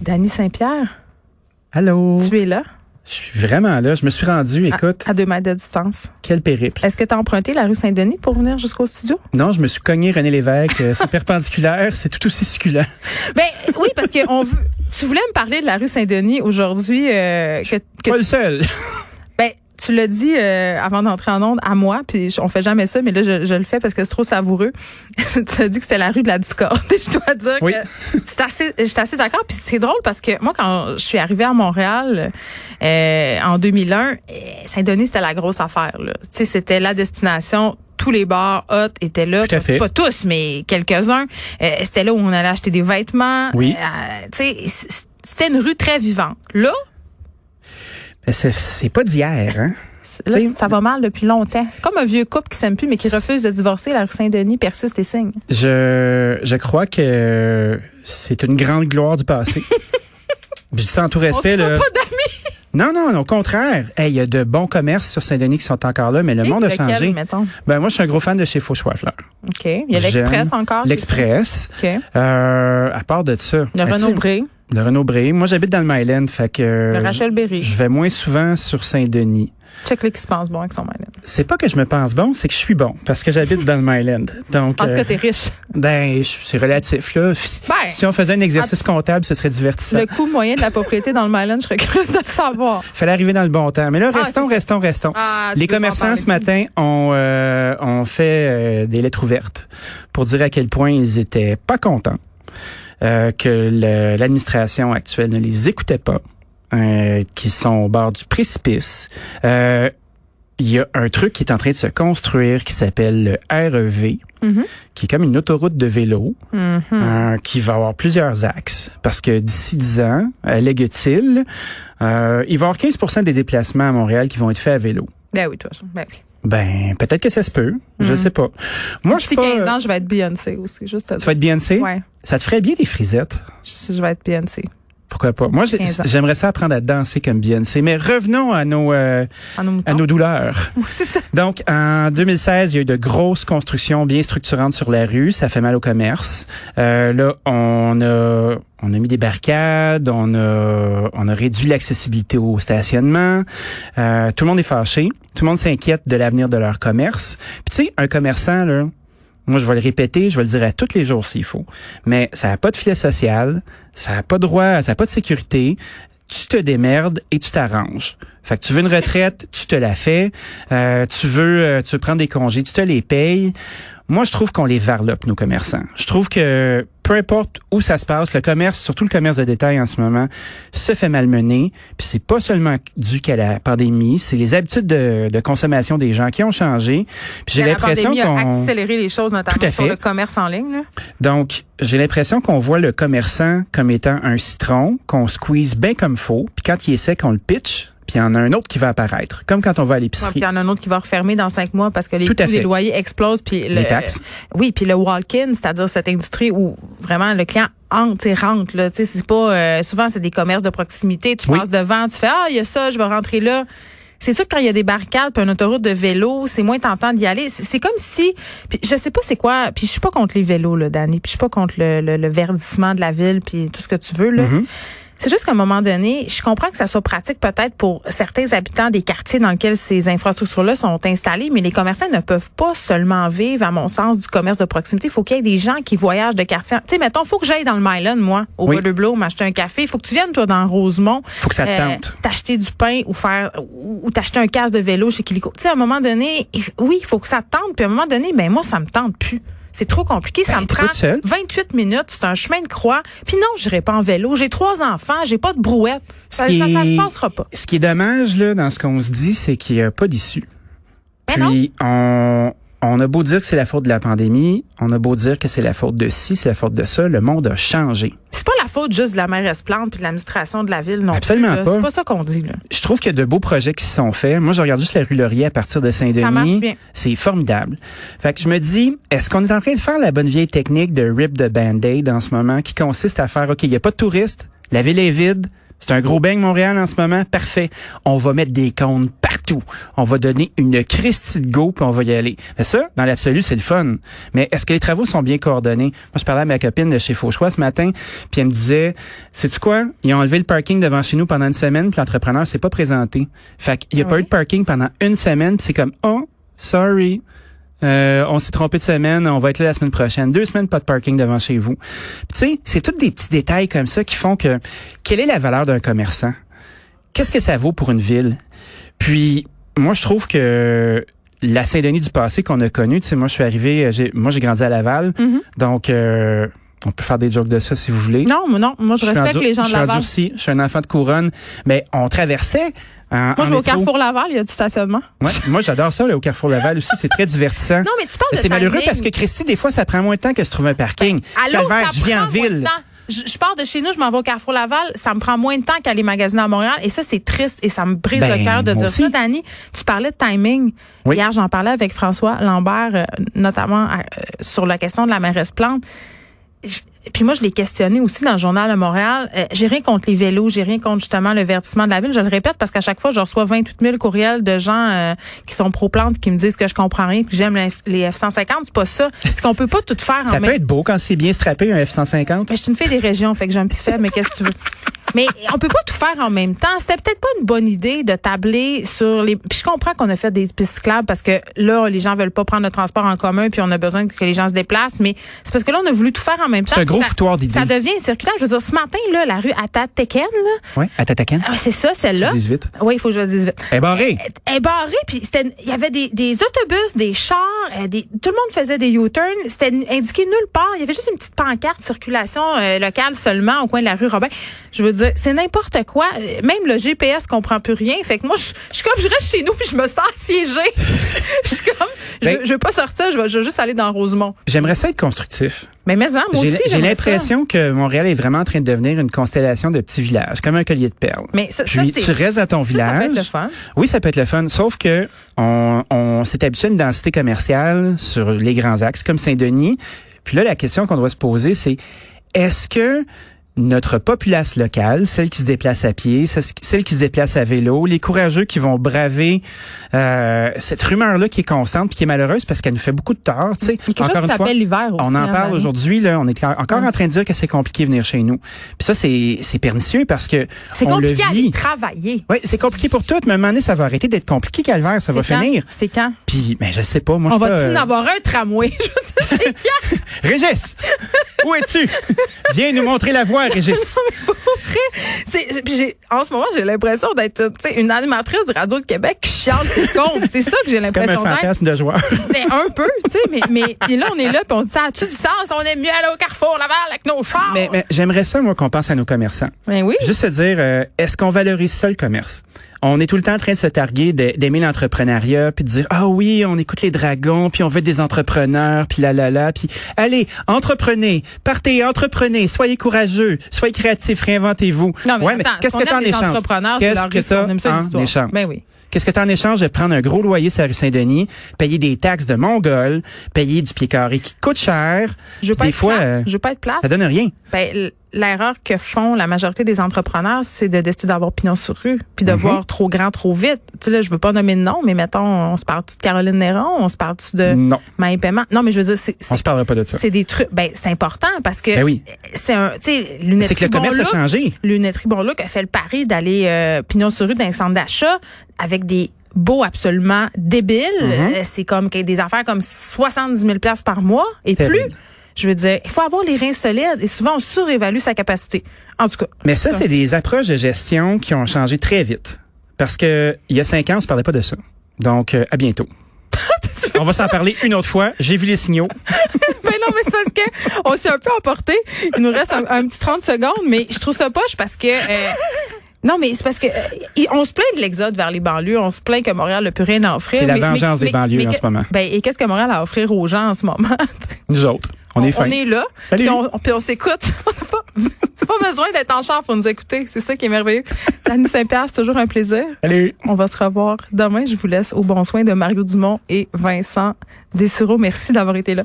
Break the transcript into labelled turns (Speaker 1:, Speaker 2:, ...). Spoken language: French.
Speaker 1: Dany Saint-Pierre,
Speaker 2: Allô? Ah.
Speaker 1: tu es là,
Speaker 2: Je suis vraiment là. Je me suis rendu.
Speaker 1: à-
Speaker 2: Écoute,
Speaker 1: à, deux mètres de distance.
Speaker 2: quel périple.
Speaker 1: Est-ce que tu as emprunté la rue Saint-Denis pour venir jusqu'au studio?
Speaker 2: Non, je me suis cogné René Lévesque. Euh, c'est perpendiculaire. C'est tout aussi succulent.
Speaker 1: Ben oui, parce que on veut- tu voulais me parler de la rue Saint-Denis aujourd'hui. euh, que, que-
Speaker 2: Pas le seul.
Speaker 1: ben, tu l'as dit euh, avant d'entrer en onde à moi, puis je- on fait jamais ça, mais là, je, je le fais parce que c'est trop savoureux. tu as dit que c'était la rue de la discorde. je dois dire
Speaker 2: Oui.
Speaker 1: que c'est assez, je suis assez d'accord. Puis c'est drôle parce que moi, quand je suis arrivée à Montréal euh, en 2001, euh, Saint-Denis, c'était la grosse affaire. là. Tu sais, C'était la destination. Tous les bars hot étaient là.
Speaker 2: Tout à fait.
Speaker 1: Pas tous, mais quelques-uns. Euh, c'était là où on allait acheter des vêtements.
Speaker 2: Oui.
Speaker 1: Euh, tu sais, c- c- c'était une rue très vivante. Là,
Speaker 2: Mais Ben, c'est- c'est pas d'hier, hein?
Speaker 1: c- là,
Speaker 2: Tu sais,
Speaker 1: ça va mal depuis longtemps. Comme un vieux couple qui s'aime plus mais qui refuse de divorcer, la rue Saint-Denis persiste et signe.
Speaker 2: Je, je crois que c'est une grande gloire du passé. Je dis ça en tout
Speaker 1: On se
Speaker 2: respect.
Speaker 1: fait pas
Speaker 2: là.
Speaker 1: d'amis.
Speaker 2: Non, non, non, au contraire. Hey, Il y a de bons commerces sur Saint-Denis qui sont encore là, mais le monde a
Speaker 1: Lequel,
Speaker 2: changé.
Speaker 1: mettons?
Speaker 2: Ben, moi, je suis un gros fan de chez Fauchois-Fleur.
Speaker 1: OK. Il y a l'Express encore.
Speaker 2: L'Express.
Speaker 1: OK. Le
Speaker 2: Euh, à part de ça. ben, tu sais,
Speaker 1: Renaud Bré,
Speaker 2: Le Renault Bré. Moi, j'habite dans le Myland, fait que
Speaker 1: le
Speaker 2: euh,
Speaker 1: Rachel
Speaker 2: je-
Speaker 1: Berry.
Speaker 2: je vais moins souvent sur Saint-Denis.
Speaker 1: Check les qui se pensent bon avec son malade.
Speaker 2: C'est pas que je me pense bon, c'est que je suis bon parce que j'habite dans le Myland. Donc,
Speaker 1: Parce
Speaker 2: euh,
Speaker 1: que t'es riche.
Speaker 2: ben, je- c'est relatif là. Si,
Speaker 1: Ben,
Speaker 2: si on faisait un exercice comptable, ce serait divertissant.
Speaker 1: Le coût moyen de la propriété dans le Myland, je serais curieuse de le savoir.
Speaker 2: Fallait arriver dans le bon temps. Mais là,
Speaker 1: Ah,
Speaker 2: restons,
Speaker 1: c'est
Speaker 2: restons, restons.
Speaker 1: Ah, tu
Speaker 2: Les
Speaker 1: veux pas en
Speaker 2: commerçants
Speaker 1: parler.
Speaker 2: ce matin ont euh, ont fait euh, des lettres ouvertes pour dire à quel point ils étaient pas contents euh, que le- l'administration actuelle ne les écoutait pas, euh, qu'ils sont au bord du précipice. Euh, Il y a un truc qui est en train de se construire qui s'appelle le REV,
Speaker 1: Mhm.
Speaker 2: qui est comme une autoroute de vélo.
Speaker 1: Mhm.
Speaker 2: Euh, qui va avoir plusieurs axes. Parce que d'ici 10 ans, allègue-t-il, euh, il va y avoir 15 des déplacements à Montréal qui vont être faits à vélo.
Speaker 1: Ben oui, toi. Ben oui.
Speaker 2: Ben, peut-être que ça se peut. Je
Speaker 1: Mhm.
Speaker 2: sais pas. Moi, je
Speaker 1: D'ici
Speaker 2: suis pas... euh,
Speaker 1: 15 ans, je vais être Beyoncé aussi, juste à
Speaker 2: Tu
Speaker 1: dire.
Speaker 2: vas être Beyoncé?
Speaker 1: Ouais,
Speaker 2: Ça te ferait bien des frisettes.
Speaker 1: je, je vais être Beyoncé.
Speaker 2: Pourquoi pas? Moi, j'ai-
Speaker 1: 15 ans.
Speaker 2: j'aimerais ça apprendre à danser comme Beyoncé. Mais revenons à nos, euh,
Speaker 1: En nous
Speaker 2: à nos douleurs.
Speaker 1: C'est ça.
Speaker 2: Donc, en 2016, il y a eu de grosses constructions bien structurantes sur la rue. Ça fait mal au commerce. Euh, là, on a, on a mis des barricades, on a, on a réduit l'accessibilité au stationnement. Euh, tout le monde est fâché. Tout le monde s'inquiète de l'avenir de leur commerce. Puis tu sais, un commerçant, là, moi, je vais le répéter, je vais le dire à tous les jours s'il faut. Mais ça n'a pas de filet social, ça n'a pas de droit, ça n'a pas de sécurité. Tu te démerdes et tu t'arranges. Fait que tu veux une retraite, tu te la fais. Euh, tu veux, euh, tu veux prendre des congés, tu te les payes. Moi, je trouve qu'on les varlope, nos commerçants. Je trouve que peu importe où ça se passe, le commerce, surtout le commerce de détail en ce moment, se fait malmener. Puis c'est pas seulement dû qu'à la pandémie, c'est les habitudes de, de consommation des gens qui ont changé. Puis j'ai
Speaker 1: La
Speaker 2: l'impression
Speaker 1: pandémie a
Speaker 2: qu'on...
Speaker 1: accéléré les choses,
Speaker 2: Tout
Speaker 1: notamment
Speaker 2: à
Speaker 1: sur
Speaker 2: fait.
Speaker 1: le commerce en ligne. Là.
Speaker 2: Donc, j'ai l'impression qu'on voit le commerçant comme étant un citron, qu'on squeeze bien comme faut, puis quand il est sec, on le pitch, puis il y en a un autre qui va apparaître, comme quand on va à
Speaker 1: Ouais, puis
Speaker 2: l'épicerie.
Speaker 1: il y en a un autre qui va refermer dans cinq mois parce que les
Speaker 2: Tout
Speaker 1: coûts
Speaker 2: à
Speaker 1: des
Speaker 2: fait.
Speaker 1: loyers explosent. Puis le,
Speaker 2: Les taxes.
Speaker 1: Oui, puis le walk-in, c'est-à-dire cette industrie où vraiment le client entre et rentre. Là, Tu sais, c'est pas, euh, souvent, c'est des commerces de proximité. Tu
Speaker 2: Oui.
Speaker 1: passes devant, tu fais Ah, il y a ça, je vais rentrer là. C'est sûr que quand il y a des barricades puis une autoroute de vélo, c'est moins tentant d'y aller. C'est c'est comme si, puis je sais pas c'est quoi, puis je suis pas contre les vélos là, Danny, puis je suis pas contre le, le- le verdissement de la ville, puis tout ce que tu veux là.
Speaker 2: Mm-hmm.
Speaker 1: C'est juste qu'à un moment donné, je comprends que ça soit pratique peut-être pour certains habitants des quartiers dans lesquels ces infrastructures-là sont installées, mais les commerçants ne peuvent pas seulement vivre, à mon sens, du commerce de proximité. Il faut qu'il y ait des gens qui voyagent de quartier. en- Tu sais, mettons, faut que j'aille dans le Myland, moi, au
Speaker 2: Oui.
Speaker 1: Bleu Bleu, m'acheter un café. faut que tu viennes, toi, dans Rosemont.
Speaker 2: Faut que ça te
Speaker 1: euh,
Speaker 2: tente.
Speaker 1: T'acheter du pain ou faire ou, ou t'acheter un casque de vélo chez Kilico. Tu sais, à un moment donné, il- oui, il faut que ça te tente. Puis à un moment donné, ben moi, ça me tente plus. C'est trop compliqué, ça me
Speaker 2: t'es pas
Speaker 1: prend
Speaker 2: toute seule.
Speaker 1: 28 minutes, c'est un chemin de croix. Puis non, j'irai pas en vélo. J'ai trois enfants, j'ai pas de brouette. Eh, Ça,
Speaker 2: qui
Speaker 1: ça, ça se
Speaker 2: est-
Speaker 1: passera pas.
Speaker 2: Ce qui est dommage, là, dans ce qu'on se dit, c'est qu'il n'y a pas d'issue.
Speaker 1: Mais Eh non.
Speaker 2: Puis, on, on a beau dire que c'est la faute de la pandémie, on a beau dire que c'est la faute de ci, c'est la faute de ça, le monde a changé.
Speaker 1: C'est pas la faute juste de la mairesse Plante puis de l'administration de la ville non plus,
Speaker 2: Absolument
Speaker 1: là.
Speaker 2: pas.
Speaker 1: C'est pas ça qu'on dit là.
Speaker 2: Je trouve qu'il y a de beaux projets qui se sont faits. Moi, je regarde juste la rue Laurier à partir de
Speaker 1: Ça marche
Speaker 2: Saint-Denis.
Speaker 1: bien.
Speaker 2: C'est formidable. Fait que je me dis, est-ce qu'on est en train de faire la bonne vieille technique de rip de Band-Aid en ce moment qui consiste à faire, OK, il n'y a pas de touristes, la ville est vide, C'est un gros bang Montréal en ce moment. Parfait. On va mettre des cônes partout. On va donner une Christie de go puis on va y aller. Mais ça, dans l'absolu, c'est le fun. Mais est-ce que les travaux sont bien coordonnés? Moi, je parlais à ma copine de chez Fauchois ce matin puis elle me disait, sais-tu quoi? Ils ont enlevé le parking devant chez nous pendant une semaine puis l'entrepreneur s'est pas présenté. Fait qu'il y a pas
Speaker 1: Ouais.
Speaker 2: eu de parking pendant une semaine puis c'est comme, oh, sorry. Euh, on s'est trompé de semaine, on va être là la semaine prochaine. Deux semaines, pas de parking devant chez vous. Puis, Tu sais, c'est tous des petits détails comme ça qui font que quelle est la valeur d'un commerçant? Qu'est-ce que ça vaut pour une ville? Puis moi, je trouve que la Saint-Denis du passé qu'on a connue, tu sais, moi je suis arrivé, euh, j'ai- moi j'ai grandi à Laval,
Speaker 1: Mhm.
Speaker 2: donc euh, on peut faire des jokes de ça si vous voulez.
Speaker 1: Non, mais non, moi je,
Speaker 2: suis
Speaker 1: respecte
Speaker 2: endur-
Speaker 1: les gens
Speaker 2: je
Speaker 1: de
Speaker 2: suis
Speaker 1: Laval.
Speaker 2: endurci, je suis un enfant de couronne, mais on traversait. hein,
Speaker 1: Moi
Speaker 2: en-
Speaker 1: je
Speaker 2: en
Speaker 1: vais au
Speaker 2: métro.
Speaker 1: Carrefour Laval, il y a du stationnement.
Speaker 2: Ouais, moi j'adore ça, là, au Carrefour Laval aussi, c'est très divertissant.
Speaker 1: Non, mais tu parles
Speaker 2: Mais
Speaker 1: de
Speaker 2: c'est malheureux
Speaker 1: timing. Ben,
Speaker 2: parce que Christy, des fois, ça prend moins de temps que se trouver un parking.
Speaker 1: Allô,
Speaker 2: Calvaire,
Speaker 1: ça
Speaker 2: je viens en
Speaker 1: prend moins de
Speaker 2: ville.
Speaker 1: temps. Je, je pars de chez nous, je m'en vais au Carrefour Laval, ça me prend moins de temps qu'aller magasiner à Montréal. Et ça, c'est triste et ça me brise
Speaker 2: Ben,
Speaker 1: le cœur de
Speaker 2: moi
Speaker 1: dire
Speaker 2: aussi.
Speaker 1: ça, Dani. Tu parlais de timing.
Speaker 2: Oui.
Speaker 1: Hier, j'en parlais avec François Lambert, euh, notamment euh, sur la question de la mairesse Plante. Je- Puis moi, je l'ai questionné aussi dans le journal de Montréal. Euh, j'ai rien contre les vélos, j'ai rien contre justement le verdissement de la ville. Je le répète parce qu'à chaque fois, je reçois 28 000 courriels de gens euh, qui sont pro-plantes qui me disent que je comprends rien, puis j'aime les F- les F-150. C'est pas ça. C'est qu'on peut pas tout faire en
Speaker 2: Ça
Speaker 1: même
Speaker 2: peut être beau quand c'est bien strappé, un F-150.
Speaker 1: mais Ben, je suis une fille des régions, fait que j'ai un petit faible, mais qu'est-ce que tu veux? Mais on peut pas tout faire en même temps. C'était peut-être pas une bonne idée de tabler sur les. Puis je comprends qu'on a fait des pistes cyclables parce que là, les gens veulent pas prendre le transport en commun, puis on a besoin que les gens se déplacent. Mais c'est parce que là, on a voulu tout faire en même temps.
Speaker 2: C'est un gros
Speaker 1: Ça-
Speaker 2: foutoir d'idées.
Speaker 1: Ça devient circulaire. Je veux dire, ce matin, là, la rue Atateken, là,
Speaker 2: Ouais, à Tatacan.
Speaker 1: ah, c'est ça, celle-là.
Speaker 2: Tu dises vite.
Speaker 1: Oui, il faut que je le dise vite.
Speaker 2: Eh, barré.
Speaker 1: Elle est barrée, puis c'était- il y avait des, des autobus, des chars, euh, des, tout le monde faisait des U-turns. C'était indiqué nulle part. Il y avait juste une petite pancarte circulation euh, locale seulement au coin de la rue Robin. Je veux dire, c'est n'importe quoi. Euh, Même le GPS comprend plus rien. Fait que moi, je je suis comme, je reste chez nous puis je me sens assiégée. je suis comme, je,
Speaker 2: Ben-
Speaker 1: veux- je veux pas sortir, je veux, je veux juste aller dans Rosemont.
Speaker 2: J'aimerais ça être constructif.
Speaker 1: Mais mais hein, moi
Speaker 2: J'ai
Speaker 1: aussi,
Speaker 2: j'ai
Speaker 1: j'aimerais ça.
Speaker 2: l'impression que Montréal est vraiment en train de devenir une constellation de petits villages, comme un collier de perles.
Speaker 1: Mais ça, ça,
Speaker 2: Puis
Speaker 1: c'est-
Speaker 2: tu restes dans ton
Speaker 1: ça, ça peut être
Speaker 2: village.
Speaker 1: le fun.
Speaker 2: Oui, ça peut être le fun, sauf que on, on s'est habitué à une densité commerciale sur les grands axes comme Saint-Denis. Puis là, la question qu'on doit se poser, c'est est-ce que notre populace locale, celle qui se déplace à pied, celle celle qui se déplace à vélo, les courageux qui vont braver euh, cette rumeur-là qui est constante puis qui est malheureuse parce qu'elle nous fait beaucoup de tort. tu sais.
Speaker 1: Il y a quelque
Speaker 2: Encore
Speaker 1: chose
Speaker 2: une
Speaker 1: qui
Speaker 2: fois,
Speaker 1: s'appelle l'hiver aussi.
Speaker 2: on en
Speaker 1: hein,
Speaker 2: parle
Speaker 1: Dani.
Speaker 2: aujourd'hui, là, on est cla- encore en train de dire que c'est compliqué de venir chez nous. Puis ça, c'est c'est pernicieux parce que
Speaker 1: C'est
Speaker 2: on le
Speaker 1: compliqué d'aller
Speaker 2: vit.
Speaker 1: travailler.
Speaker 2: Oui, c'est compliqué pour tout, mais à un moment donné, ça va arrêter d'être compliqué, calvaire, ça va
Speaker 1: C'est quand?
Speaker 2: finir.
Speaker 1: C'est quand?
Speaker 2: Puis, ben, je sais pas, moi,
Speaker 1: On
Speaker 2: je suis
Speaker 1: va-tu
Speaker 2: pas,
Speaker 1: en
Speaker 2: euh,
Speaker 1: avoir un tramway? Je veux dire, c'est quand?
Speaker 2: Régis! où es-tu? Viens nous montrer la voie, Régis.
Speaker 1: Pour vrai, c'est- puis j'ai- en ce moment, j'ai l'impression d'être tu sais, une animatrice de Radio de Québec qui chiale ses comptes. C'est ça que j'ai
Speaker 2: C'est comme un
Speaker 1: l'impression d'être.
Speaker 2: fantasme de joueur.
Speaker 1: Mais un peu, tu sais, mais, mais puis là, on est là, puis on se dit, ça a-tu du sens? On est mieux aller au Carrefour Laval avec nos chars.
Speaker 2: mais mais j'aimerais ça, moi, qu'on pense à nos commerçants.
Speaker 1: Ben oui.
Speaker 2: Juste se dire, euh, est-ce qu'on valorise ça le commerce? On est tout le temps en train de se targuer de- d'aimer l'entrepreneuriat, puis de dire, ah oui, on écoute les dragons, puis on veut des entrepreneurs, puis la la la, puis allez, entreprenez, partez, entreprenez, soyez courageux, soyez créatifs, réinventez-vous.
Speaker 1: Non, mais,
Speaker 2: Ouais,
Speaker 1: attends,
Speaker 2: qu'est-ce
Speaker 1: qu'on
Speaker 2: que t'as en
Speaker 1: aime les
Speaker 2: échange?
Speaker 1: entrepreneurs, c'est
Speaker 2: Qu'est-ce
Speaker 1: leur
Speaker 2: que
Speaker 1: histoire,
Speaker 2: t'as
Speaker 1: on aime ça,
Speaker 2: en
Speaker 1: l'histoire.
Speaker 2: échange?
Speaker 1: Ben oui.
Speaker 2: Qu'est-ce que tu en échange de prendre un gros loyer sur la rue Saint-Denis, payer des taxes de Mongol, payer du pied carré qui coûte cher?
Speaker 1: Je veux
Speaker 2: puis
Speaker 1: pas
Speaker 2: des
Speaker 1: être
Speaker 2: fois,
Speaker 1: plate.
Speaker 2: euh,
Speaker 1: Je veux pas être plate.
Speaker 2: ça donne rien.
Speaker 1: Ben, l- l'erreur que font la majorité des entrepreneurs, c'est de décider d'avoir pignon sur rue, puis de
Speaker 2: Mhm.
Speaker 1: voir trop grand, trop vite. Tu sais, là, je veux pas nommer de nom, mais mettons, on se parle de Caroline Néron, on se parle de
Speaker 2: Non,
Speaker 1: Maï Paiement. Non, mais je veux dire, Euh, c'est,
Speaker 2: Mm. on
Speaker 1: c'est-
Speaker 2: se parlera pas de ça.
Speaker 1: c'est des trucs, ben, c'est important parce que
Speaker 2: Ben oui.
Speaker 1: c'est un, tu sais,
Speaker 2: C'est que
Speaker 1: lunetterie
Speaker 2: le
Speaker 1: bon
Speaker 2: commerce a
Speaker 1: look,
Speaker 2: changé.
Speaker 1: lunetterie bon look a fait le pari d'aller euh, pignon sur rue d'un centre d'achat avec des beaux absolument débiles.
Speaker 2: Mhm.
Speaker 1: Euh, C'est comme qu'il y a des affaires comme 70 000 pièces par mois et
Speaker 2: Terrible.
Speaker 1: plus. Je veux dire, il faut avoir les reins solides et souvent on surévalue sa capacité. En tout cas,
Speaker 2: Mais ça, c'est des approches de gestion qui ont changé très vite. Parce que il y a cinq ans, on se parlait pas de ça. Donc, euh, à bientôt. on va s'en parler une autre fois. J'ai vu les signaux.
Speaker 1: Mais ben non, mais c'est parce que on s'est un peu emporté. Il nous reste un, un petit 30 secondes, mais je trouve ça poche parce que. euh, non, mais c'est parce que euh, il- on se plaint de l'exode vers les banlieues, on se plaint que Montréal n'a plus rien à offrir.
Speaker 2: C'est la
Speaker 1: mais- mais-
Speaker 2: vengeance des
Speaker 1: mais-
Speaker 2: banlieues
Speaker 1: mais
Speaker 2: en
Speaker 1: que-
Speaker 2: ce moment.
Speaker 1: Ben, et qu'est-ce que Montréal a à offrir aux gens en ce moment?
Speaker 2: Nous autres, on, est fins.
Speaker 1: là,
Speaker 2: Salut.
Speaker 1: puis on, on- puis on s'écoute. On n'a pas, c'est pas besoin d'être en char pour nous écouter. C'est ça qui est merveilleux. Dany Saint-Pierre, c'est toujours un plaisir.
Speaker 2: Salut.
Speaker 1: On va se revoir demain. Je vous laisse au bon soin de Mario Dumont et Vincent Dessureau. Merci d'avoir été là.